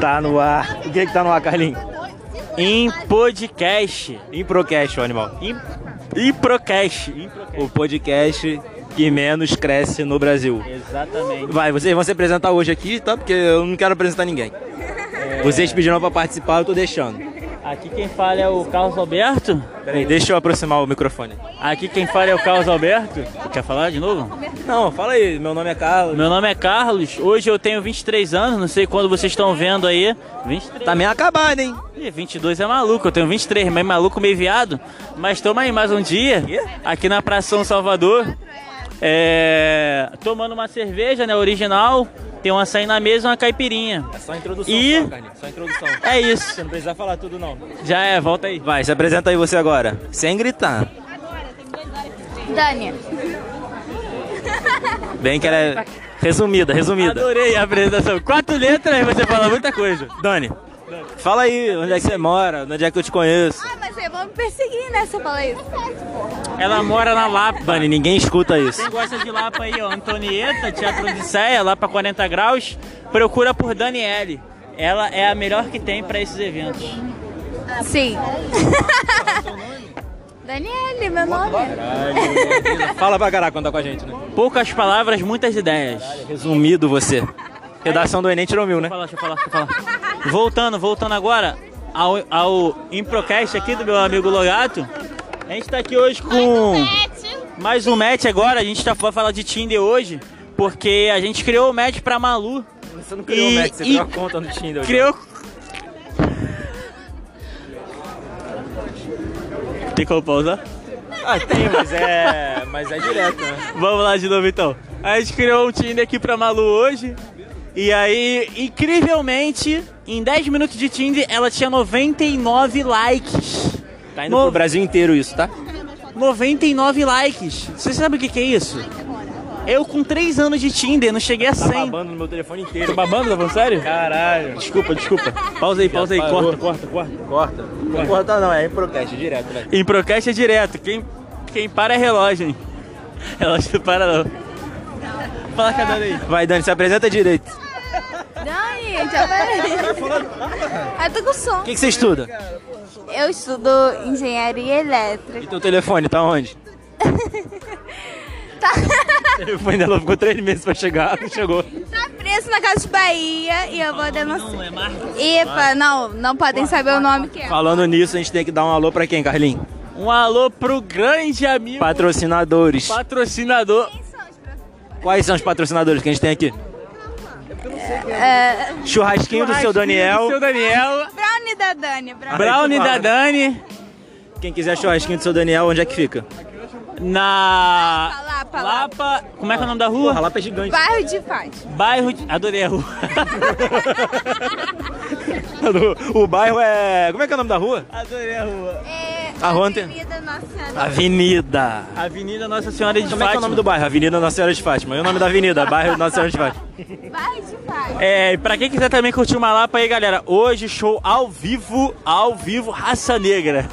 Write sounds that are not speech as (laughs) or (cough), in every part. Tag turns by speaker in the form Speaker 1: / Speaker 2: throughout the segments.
Speaker 1: Tá no ar. O que que tá no ar, Carlinhos?
Speaker 2: Em podcast.
Speaker 1: Improcast, o animal. Im- Improcast. O podcast que menos cresce no Brasil.
Speaker 2: Exatamente.
Speaker 1: Vai, vocês vão se apresentar hoje aqui, tá? Porque eu não quero apresentar ninguém. Vocês pediram pra participar, eu tô deixando.
Speaker 2: Aqui quem fala é o Carlos Alberto.
Speaker 1: Peraí, deixa eu aproximar o microfone.
Speaker 2: Aqui quem fala é o Carlos Alberto. Quer falar de novo?
Speaker 1: Não, fala aí, meu nome é Carlos.
Speaker 2: Meu nome é Carlos. Hoje eu tenho 23 anos. Não sei quando vocês estão vendo aí. 23.
Speaker 1: Tá meio acabado, hein?
Speaker 2: Ih, 22 é maluco, eu tenho 23, meio maluco, meio viado. Mas toma aí mais um dia,
Speaker 1: Quê?
Speaker 2: aqui na Praça São Salvador. É, tomando uma cerveja, né, original. Tem um açaí na mesa e uma caipirinha.
Speaker 1: É só introdução,
Speaker 2: E-
Speaker 1: só, Carlinhos. Só introdução.
Speaker 2: É isso.
Speaker 1: Não precisa falar tudo, não.
Speaker 2: Já é, volta aí.
Speaker 1: Vai, se apresenta aí você agora. Sem gritar.
Speaker 3: Dani,
Speaker 1: Bem que ela é resumida, resumida.
Speaker 2: Adorei a apresentação. Quatro letras, você fala muita coisa.
Speaker 1: Dani, fala aí onde é que você mora, onde é que eu te conheço.
Speaker 3: Ah, mas aí vão me perseguir, né? Se eu falar isso.
Speaker 2: Ela mora na Lapa.
Speaker 1: Dani, ninguém escuta isso.
Speaker 2: Quem gosta de Lapa aí, ó, Antonieta, Teatro Odisseia, Lapa 40 Graus, procura por Daniele. Ela é a melhor que tem pra esses eventos.
Speaker 3: Sim. (laughs) Daniele, meu nome.
Speaker 1: Fala pra caraca quando tá com a gente, né?
Speaker 2: Poucas palavras, muitas ideias.
Speaker 1: Resumido você. Redação do Enem tirou mil, né?
Speaker 2: Fala, deixa eu falar, deixa eu falar. Voltando, voltando agora ao, ao Improcast aqui do meu amigo Logato. A gente tá aqui hoje com mais um match agora. A gente tá, vai falar de Tinder hoje, porque a gente criou o match pra Malu.
Speaker 1: Você não
Speaker 2: criou o Mac, você criou a
Speaker 1: conta no Tinder. né?
Speaker 2: Criou. Tem como pausar?
Speaker 1: Ah, tem, mas é. Mas é direto, né?
Speaker 2: Vamos lá de novo então. A gente criou um Tinder aqui pra Malu hoje. E aí, incrivelmente, em 10 minutos de Tinder, ela tinha 99 likes.
Speaker 1: Tá indo pro Brasil inteiro isso, tá?
Speaker 2: 99 likes. Você sabe o que, que é isso? Eu com 3 anos de Tinder, não cheguei a 100.
Speaker 1: no meu telefone inteiro.
Speaker 2: babando, tá falando sério?
Speaker 1: Caralho.
Speaker 2: Desculpa, desculpa. Pausa aí, pausa aí,
Speaker 1: Parou.
Speaker 2: corta, corta, corta.
Speaker 1: Corta. Não corta não, é improcast, direto, né?
Speaker 2: Em Procast é direto, quem, quem para é relógio, hein? Relógio não para não. Fala cada um aí.
Speaker 1: Vai, Dani, se apresenta direito.
Speaker 3: Dani, já vai. Eu tô com
Speaker 1: O
Speaker 3: som.
Speaker 1: que, que você estuda?
Speaker 3: Eu estudo engenharia
Speaker 1: E
Speaker 3: elétrica. (laughs)
Speaker 1: teu telefone, tá onde?
Speaker 3: Tá,
Speaker 1: O (laughs) telefone dela ficou três meses pra chegar, não chegou.
Speaker 3: tá preso na Casa de Bahia e eu vou
Speaker 2: Não,
Speaker 3: denunciar.
Speaker 2: é marca.
Speaker 3: Epa, não, não podem saber o nome que é.
Speaker 1: Falando nisso, a gente tem que dar um alô pra quem, Carlinhos?
Speaker 2: Um alô pro grande amigo
Speaker 1: Patrocinadores.
Speaker 2: patrocinador.
Speaker 3: Quem são os professores?
Speaker 1: Quais são os patrocinadores que a gente tem aqui?
Speaker 3: É,
Speaker 1: Churrasquinho do seu Daniel.
Speaker 2: Seu Daniel.
Speaker 3: Brownie da Dani, Brownie.
Speaker 2: Brownie
Speaker 1: fala.
Speaker 2: da Dani.
Speaker 1: Quem quiser churrasquinho do seu Daniel, onde é que fica?
Speaker 2: Na.
Speaker 3: Lapa, Lapa,
Speaker 2: Lapa. Como é que é o nome da rua?
Speaker 1: Lapa é (laughs) gigante.
Speaker 3: Bairro de Paz.
Speaker 2: Bairro. de- Adorei a rua. (laughs)
Speaker 1: o bairro é. Como é que é o nome da rua?
Speaker 2: Adorei a rua.
Speaker 3: É,
Speaker 1: A rua tem-
Speaker 3: Avenida Nossa Senhora.
Speaker 1: Avenida.
Speaker 2: Avenida Nossa Senhora de
Speaker 1: Como é que é o nome
Speaker 2: Fátima.
Speaker 1: do bairro? Avenida Nossa Senhora de Fátima. E o nome da avenida? Bairro Nossa Senhora de Fátima.
Speaker 3: Bairro de Paz.
Speaker 2: É, e pra quem quiser também curtir uma Lapa aí, galera, hoje show ao vivo, ao vivo, Raça Negra.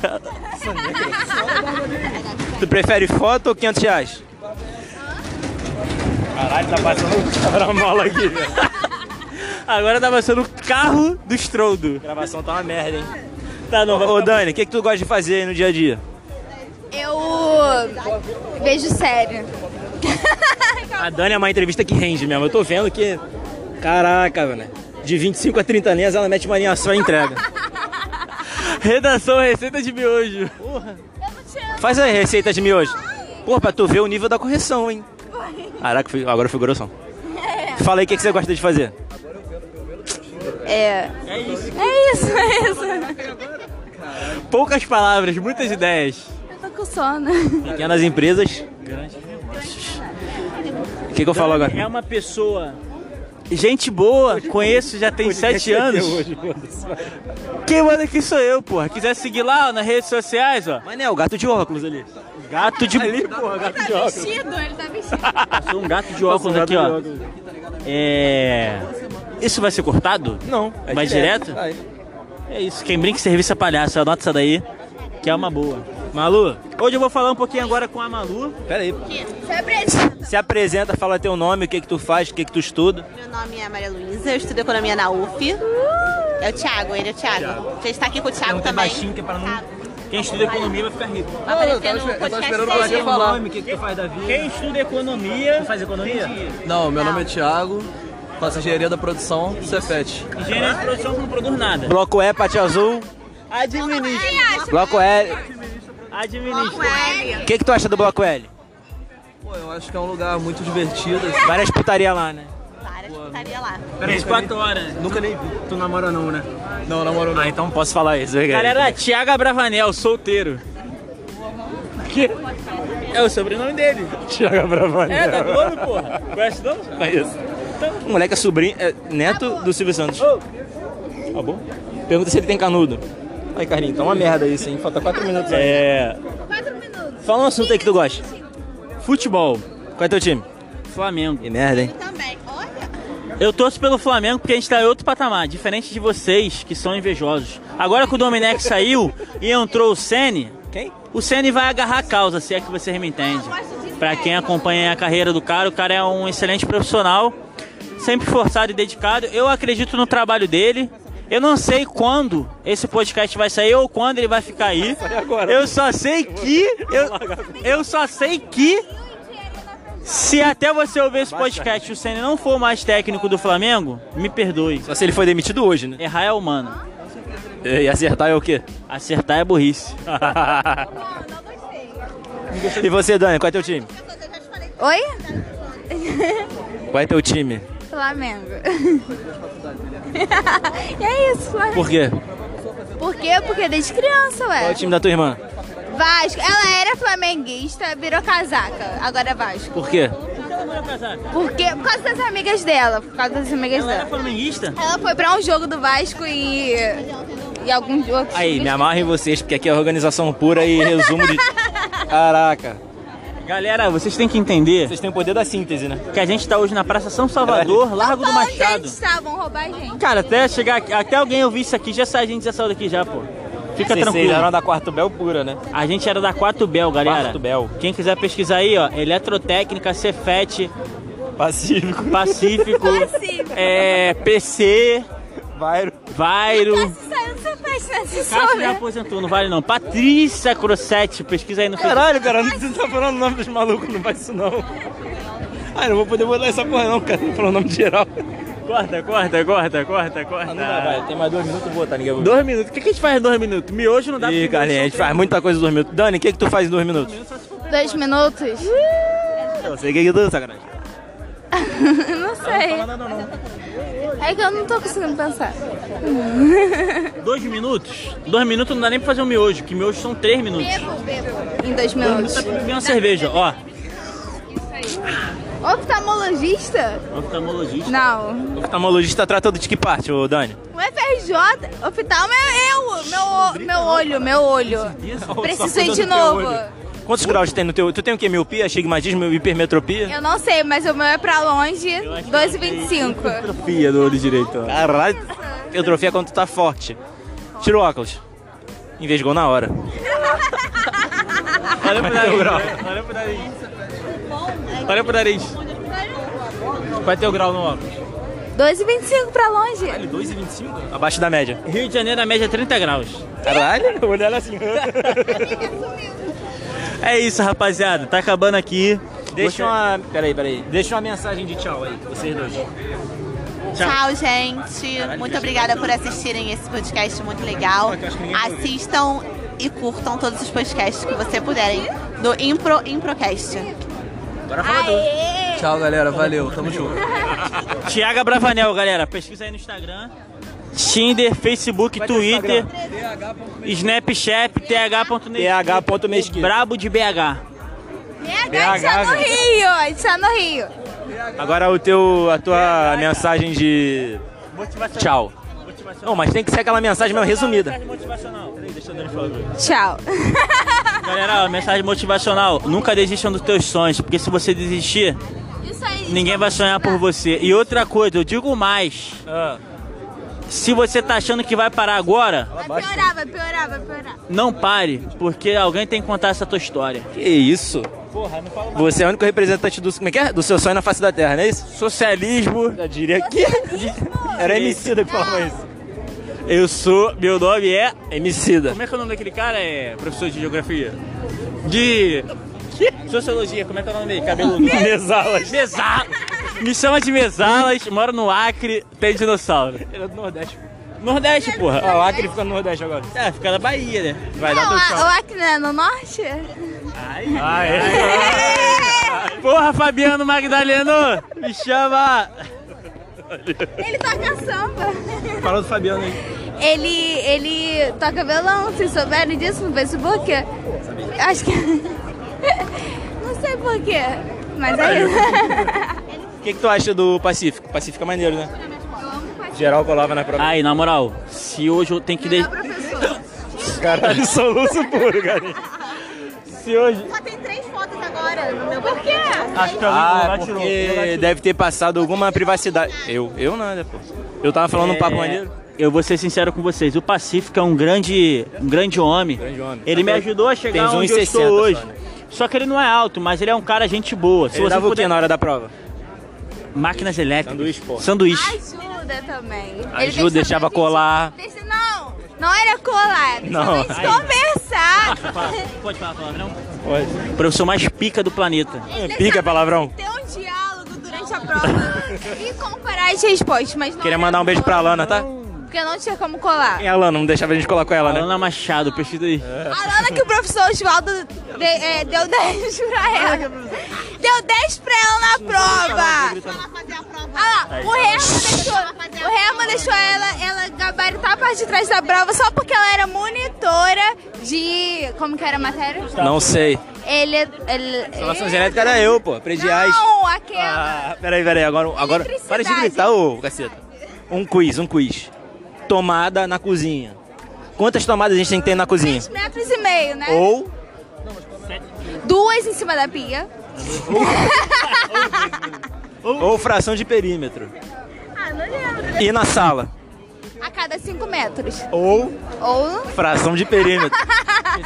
Speaker 1: Tu prefere foto ou 500 reais? Caralho, tá passando um caramola aqui. velho.
Speaker 2: Agora tá passando o carro do estrondo.
Speaker 1: A gravação tá uma merda, hein?
Speaker 2: Tá, não, vai
Speaker 1: Ô,
Speaker 2: ficar-
Speaker 1: Dani, o que, que tu gosta de fazer aí no dia a dia?
Speaker 3: Eu vejo sério.
Speaker 1: A Dani é uma entrevista que rende mesmo. Eu tô vendo que. Caraca, velho. De 25 a 30 linhas, ela mete uma linha só e entrega.
Speaker 2: (laughs) Redação Receita de Miojo.
Speaker 1: Faz a receita de miojo. Pô, pra tu ver o nível da correção, hein? Caraca, fui- agora fui grossão. Fala aí o que, que você gosta de fazer.
Speaker 3: (laughs) É. É isso. É isso, é isso.
Speaker 2: Poucas palavras, muitas ideias.
Speaker 3: Eu tô com sono.
Speaker 1: Pequenas empresas. O que, que eu falo agora?
Speaker 2: É uma pessoa. Gente boa, conheço já tem sete anos. Quem manda aqui sou eu, porra. Quiser seguir lá ó, nas redes sociais, ó.
Speaker 1: Mas né, o gato de óculos ali.
Speaker 2: Gato de.
Speaker 1: porra, gato
Speaker 3: Tá vestido, ele tá
Speaker 2: (laughs)
Speaker 3: vestido.
Speaker 2: Passou (laughs) um gato de óculos aqui, ó. É. Isso vai ser cortado?
Speaker 1: Não.
Speaker 2: é Vai direto. direto?
Speaker 1: Vai.
Speaker 2: É isso. Quem brinca em serviço é palhaço. Anota essa daí, que é uma boa.
Speaker 1: Malu,
Speaker 2: Hoje eu vou falar um pouquinho agora com a Malu.
Speaker 1: pera aí.
Speaker 3: Se apresenta.
Speaker 1: Se apresenta, fala teu nome, o que que tu faz, o que que tu estuda.
Speaker 4: Meu nome é Maria Luísa, eu estudo economia na UF. É o Thiago, ele é o Thiago. Você está aqui com o Thiago
Speaker 2: Não tem
Speaker 4: também.
Speaker 2: baixinho que é pra não-
Speaker 4: Thiago.
Speaker 2: Quem estuda economia vai ficar rico.
Speaker 4: Vai aparecer no podcast certinho.
Speaker 5: o que, que tu faz da vida.
Speaker 2: Quem estuda economia.
Speaker 1: Faz economia?
Speaker 5: Não, meu nome é Thiago, faço engenharia da produção, Cefet.
Speaker 2: Engenharia de produção que não produz nada.
Speaker 1: Bloco E, Pate Azul.
Speaker 2: Administra.
Speaker 3: Quem acha?
Speaker 1: Bloco L.
Speaker 2: Administra.
Speaker 1: O que que tu acha do Bloco L?
Speaker 5: Pô, eu acho que é um lugar muito divertido, assim.
Speaker 1: Várias putaria lá, né?
Speaker 4: Várias putaria lá.
Speaker 2: 24 horas.
Speaker 5: nunca nem vi.
Speaker 1: Tu namora não, né?
Speaker 5: Não, namorou não.
Speaker 1: Ah, então posso falar isso, obrigado. (laughs)
Speaker 2: Galera, Thiago Bravanel, solteiro. Que? É o sobrenome dele.
Speaker 1: Thiago Bravanel.
Speaker 2: É, da Globo, porra.
Speaker 1: (laughs)
Speaker 2: Conhece não?
Speaker 1: Conheço. O moleque é sobrinho, é neto do Silvio Santos. Tá bom? Pergunta se ele tem canudo. Aí, Carlinhos, tá uma merda isso, hein? Falta 4 minutos. É.
Speaker 3: Quatro minutos.
Speaker 1: Fala um assunto aí que tu gosta.
Speaker 2: Futebol.
Speaker 1: Qual é teu time?
Speaker 2: Flamengo.
Speaker 1: Que merda, hein?
Speaker 4: Também. Olha.
Speaker 2: Eu torço pelo Flamengo porque a gente tá em outro patamar, diferente de vocês que são invejosos. Agora que o Domenech saiu e entrou o Sene,
Speaker 1: Quem?
Speaker 2: o Sene vai agarrar a causa, se é que você me entende. Pra quem acompanha a carreira do cara, o cara é um excelente profissional, sempre forçado e dedicado. Eu acredito no trabalho dele. Eu não sei quando esse podcast vai sair ou quando ele vai ficar aí.
Speaker 1: agora.
Speaker 2: Eu só sei que eu, eu só sei que se até você ouvir esse podcast e o Senna não for mais técnico do Flamengo, me perdoe.
Speaker 1: Só se ele foi demitido hoje, né?
Speaker 2: Errar é humano.
Speaker 1: E acertar é o quê?
Speaker 2: Acertar é burrice.
Speaker 1: e você, Dani, qual é teu time?
Speaker 3: Oi?
Speaker 1: Qual é teu time?
Speaker 3: Flamengo. (laughs) e é isso, Flamengo.
Speaker 1: Por quê?
Speaker 3: Por quê? Porque desde criança,
Speaker 1: Qual é
Speaker 3: ué.
Speaker 1: o time da tua irmã?
Speaker 3: Vasco. Ela era flamenguista, virou casaca. Agora é Vasco.
Speaker 1: Por quê?
Speaker 3: Por quê? Por causa das amigas dela. Por causa das amigas
Speaker 2: Ela era
Speaker 3: dela.
Speaker 2: flamenguista?
Speaker 3: Ela foi pra um jogo do Vasco e. e algum outro.
Speaker 1: Aí, me amarrem vocês, porque aqui é organização pura e resumo de. Caraca.
Speaker 2: Galera, vocês têm que entender
Speaker 1: Vocês têm o poder da síntese, né?
Speaker 2: que a gente tá hoje na Praça São
Speaker 1: É.
Speaker 2: Salvador, Largo do Machado.
Speaker 3: Estavam roubar a gente.
Speaker 2: Cara, até chegar aqui, até alguém ouvir isso aqui, já sai, a gente já saiu daqui já, pô. Fica
Speaker 1: Vocês
Speaker 2: tranquilo.
Speaker 1: eram da Quarto Bel pura, né?
Speaker 2: A gente era da 4 Bel, galera.
Speaker 1: Quarto Bel.
Speaker 2: Quem quiser pesquisar aí, ó, Eletrotécnica, Cefet,
Speaker 1: Pacífico.
Speaker 2: Pacífico,
Speaker 3: (laughs) Pacífico.
Speaker 2: é, PC,
Speaker 1: Vai.
Speaker 2: Vairo.
Speaker 3: Cássio saiu do seu né, peixe nessa
Speaker 2: Cássio já é
Speaker 3: história.
Speaker 2: aposentou, não vale não. Patrícia Crossetti, pesquisa aí no Facebook.
Speaker 1: Caralho, cara, não precisa estar falando o nome dos malucos, não faz isso não. Ai, não vou poder botar essa porra não, cara. Não falou o nome de geral.
Speaker 2: Corta, corta, corta, corta, corta.
Speaker 1: Ah, não dá, vai. Tem mais dois minutos, eu vou botar, ninguém vai
Speaker 2: Dois minutos. O que, que a gente faz em dois minutos? Miojo não dá
Speaker 1: Ih,
Speaker 2: pra
Speaker 1: Carlinhos, a gente faz muita coisa em dois minutos. Dani, o que que tu faz em dois minutos?
Speaker 3: Dois minutos?
Speaker 1: Eu sei o que que tu, sacanagem.
Speaker 3: não sei. É que eu não tô conseguindo pensar.
Speaker 2: Dois minutos? Dois minutos não dá nem pra fazer um miojo, que miojo são três minutos.
Speaker 3: Em dois minutos.
Speaker 2: Beber uma cerveja, ó.
Speaker 3: Oftalmologista?
Speaker 2: Oftalmologista.
Speaker 3: Não.
Speaker 1: O oftalmologista trata de que parte, ô Dani?
Speaker 3: O FRJ, oftalmo é eu, meu, o- meu olho, meu olho. Preciso ir de novo.
Speaker 1: Quantos graus tem no teu... Tu tem o quê? Miopia, astigmatismo, hipermetropia?
Speaker 3: Eu não sei, mas o meu é pra longe,
Speaker 2: acho que (laughs)
Speaker 3: 2,25.
Speaker 1: Hipertrofia do olho direito. Caralho. Hipertrofia é quando tu tá forte. Tira o óculos. Envesgou na (laughs) hora.
Speaker 2: Olha
Speaker 1: Vai ter
Speaker 2: pro
Speaker 1: o
Speaker 2: nariz.
Speaker 1: grau.
Speaker 2: Olha pro nariz. Olha pro nariz. Qual é teu grau no óculos?
Speaker 3: 2,25 pra longe.
Speaker 2: 2,25?
Speaker 1: Abaixo da média.
Speaker 2: Rio de Janeiro, a média é 30 graus.
Speaker 1: (laughs) Caralho, olha ela assim.
Speaker 2: É isso, rapaziada. Tá acabando aqui.
Speaker 1: Deixa uma. Peraí, peraí. Deixa uma mensagem de tchau aí, vocês dois.
Speaker 4: Tchau, gente. Muito obrigada por assistirem esse podcast muito legal. Assistam e curtam todos os podcasts que você puderem do Impro Improcast.
Speaker 3: Aê!
Speaker 5: Tchau, galera. Valeu. Tamo junto.
Speaker 2: Tiaga Bravanel, galera. Pesquisa aí no Instagram. Tinder, Facebook,
Speaker 1: ter
Speaker 2: Twitter, Snapchat, th.net.
Speaker 1: TH.mesquita.
Speaker 2: Brabo de BH.
Speaker 3: BH está é no Rio, a gente tá no Rio.
Speaker 1: Agora o teu. a tua mensagem de. Tchau. Não, mas tem que ser aquela mensagem mesmo resumida.
Speaker 3: Tchau.
Speaker 2: (laughs) Galera, ó, mensagem motivacional. Nunca desistam dos teus sonhos, porque se você desistir,
Speaker 3: Isso aí.
Speaker 2: Ah. ninguém vai sonhar por você. E outra coisa, eu digo mais. Se você tá achando que vai parar agora,
Speaker 3: Vai piorar, vai piorar, vai piorar.
Speaker 2: não pare, porque alguém tem que contar essa tua história.
Speaker 1: Que isso? Você é o único representante do, como é que é? do seu sonho na face da terra, não é isso?
Speaker 2: Socialismo,
Speaker 1: Já diria que é. era Emicida que falava isso.
Speaker 2: eu sou, meu nome é.
Speaker 1: Emicida.
Speaker 2: Como é que é o nome daquele cara? É professor de geografia? De. Sociologia, como é que é o nome dele? Cabelo.
Speaker 1: Mesalas.
Speaker 2: Mesalas. Me chama de Mesalas, moro no Acre, tem dinossauro.
Speaker 1: Ele é do Nordeste.
Speaker 2: Nordeste, porra.
Speaker 1: Ah, o Acre fica no Nordeste agora.
Speaker 2: É, fica na Bahia, né? Vai
Speaker 3: Não,
Speaker 2: dar teu
Speaker 3: a-
Speaker 2: tchau.
Speaker 3: o Acre não é no norte?
Speaker 1: Ah, é?
Speaker 2: Porra, Fabiano Magdaleno, me chama.
Speaker 3: Ele toca samba.
Speaker 1: Fala do Fabiano aí.
Speaker 3: Ele, ele toca violão, vocês souberam disso no Facebook? Acho que. Não sei porquê, mas é isso.
Speaker 1: O que, que tu acha do Pacífico? Pacífico é maneiro, né? Ah. Geral colava na prova.
Speaker 2: Aí, na moral, se hoje eu tenho que. De...
Speaker 1: Caralho, soluço puro, garoto.
Speaker 2: Se hoje.
Speaker 4: Só tem três fotos agora no meu Por
Speaker 2: Acho que
Speaker 1: Ah, é porque deve ter passado alguma privacidade. Eu, eu nada, pô. Eu tava falando um papo
Speaker 2: É.
Speaker 1: maneiro.
Speaker 2: Eu vou ser sincero com vocês, o Pacífico é um grande, um grande homem.
Speaker 1: Grande homem.
Speaker 2: Ele me ajudou a chegar
Speaker 1: Tem uns
Speaker 2: onde eu
Speaker 1: 1,60
Speaker 2: estou
Speaker 1: só,
Speaker 2: hoje.
Speaker 1: né?
Speaker 2: Só que ele não é alto, mas ele é um cara gente boa. Se
Speaker 1: Ele
Speaker 2: você
Speaker 1: dava o
Speaker 2: puder-
Speaker 1: quê na hora da prova?
Speaker 2: Máquinas elétricas.
Speaker 1: Sanduíche, porra.
Speaker 2: Sanduíche.
Speaker 3: Ajuda também. Ele
Speaker 1: Ajuda,
Speaker 3: tem que
Speaker 1: deixava
Speaker 3: saber-
Speaker 1: colar.
Speaker 3: Deixa, não, não era colar.
Speaker 1: Não.
Speaker 3: Não. conversar.
Speaker 2: Pode falar palavrão?
Speaker 1: Pode.
Speaker 2: O professor mais pica do
Speaker 1: É,
Speaker 2: planeta.
Speaker 1: né? Pica, palavrão.
Speaker 3: Ter um diálogo durante a prova e comparar as respostas, mas não
Speaker 1: Queria
Speaker 3: era
Speaker 1: mandar um beijo pra
Speaker 3: colar,
Speaker 1: Alana, tá?
Speaker 3: Porque não tinha como colar.
Speaker 1: Quem é a Alana? Não deixava a gente colar com ela, né?
Speaker 2: Alana Machado, pesquisa aí.
Speaker 1: É.
Speaker 3: A Lana que o professor Oswaldo de- é, deu 10 pra ela. Deu 10 pra ela na prova.
Speaker 4: Ela fazer a prova.
Speaker 3: Olha lá, o Remo deixou,
Speaker 4: Ela fazer a
Speaker 3: o Remo
Speaker 4: prova.
Speaker 3: deixou ela, ela gabaritar a parte de trás da prova só porque ela era monitora de... Como que era a matéria?
Speaker 1: Não sei.
Speaker 3: Ele... ele
Speaker 1: Relações elétricas era eu, pô. Prediais.
Speaker 3: não, é aquela.
Speaker 1: Ah, peraí, peraí. Agora, agora. Para de gritar, ô caceta. Um quiz, um quiz. Tomada na cozinha. Quantas tomadas a gente tem que ter na cozinha?
Speaker 3: 3 metros e meio, né?
Speaker 1: Ah. Ou
Speaker 3: Duas em cima da pia.
Speaker 1: Ou fração de perímetro.
Speaker 3: Ah, não lembro.
Speaker 1: E na sala?
Speaker 3: A cada 5 metros.
Speaker 1: Ou
Speaker 3: Ou...
Speaker 1: fração de
Speaker 3: (laughs)
Speaker 1: perímetro.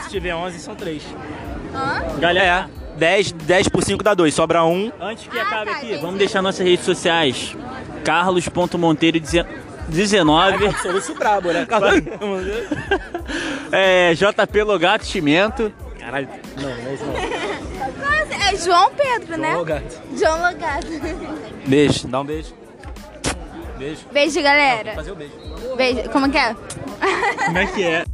Speaker 1: Se tiver 11, são 3.
Speaker 3: Hã?
Speaker 1: Galera, 10, 10 por 5 dá 2, sobra 1.
Speaker 2: Antes que
Speaker 3: Ah,
Speaker 2: acabe
Speaker 3: tá,
Speaker 2: aqui,
Speaker 3: entendi.
Speaker 2: vamos deixar nossas redes sociais. Carlos.monteiro19.
Speaker 1: Isso brabo, né?
Speaker 2: É, JP Logato Chimento.
Speaker 1: Caralho, não, não é isso
Speaker 3: Nossa, é João Pedro, né?
Speaker 1: não. Ô, gato.
Speaker 3: João Logato.
Speaker 1: Beijo, dá um beijo. Beijo.
Speaker 3: Beijo, galera.
Speaker 1: Fazer o beijo.
Speaker 3: Beijo. Como que é?
Speaker 2: Como é que é?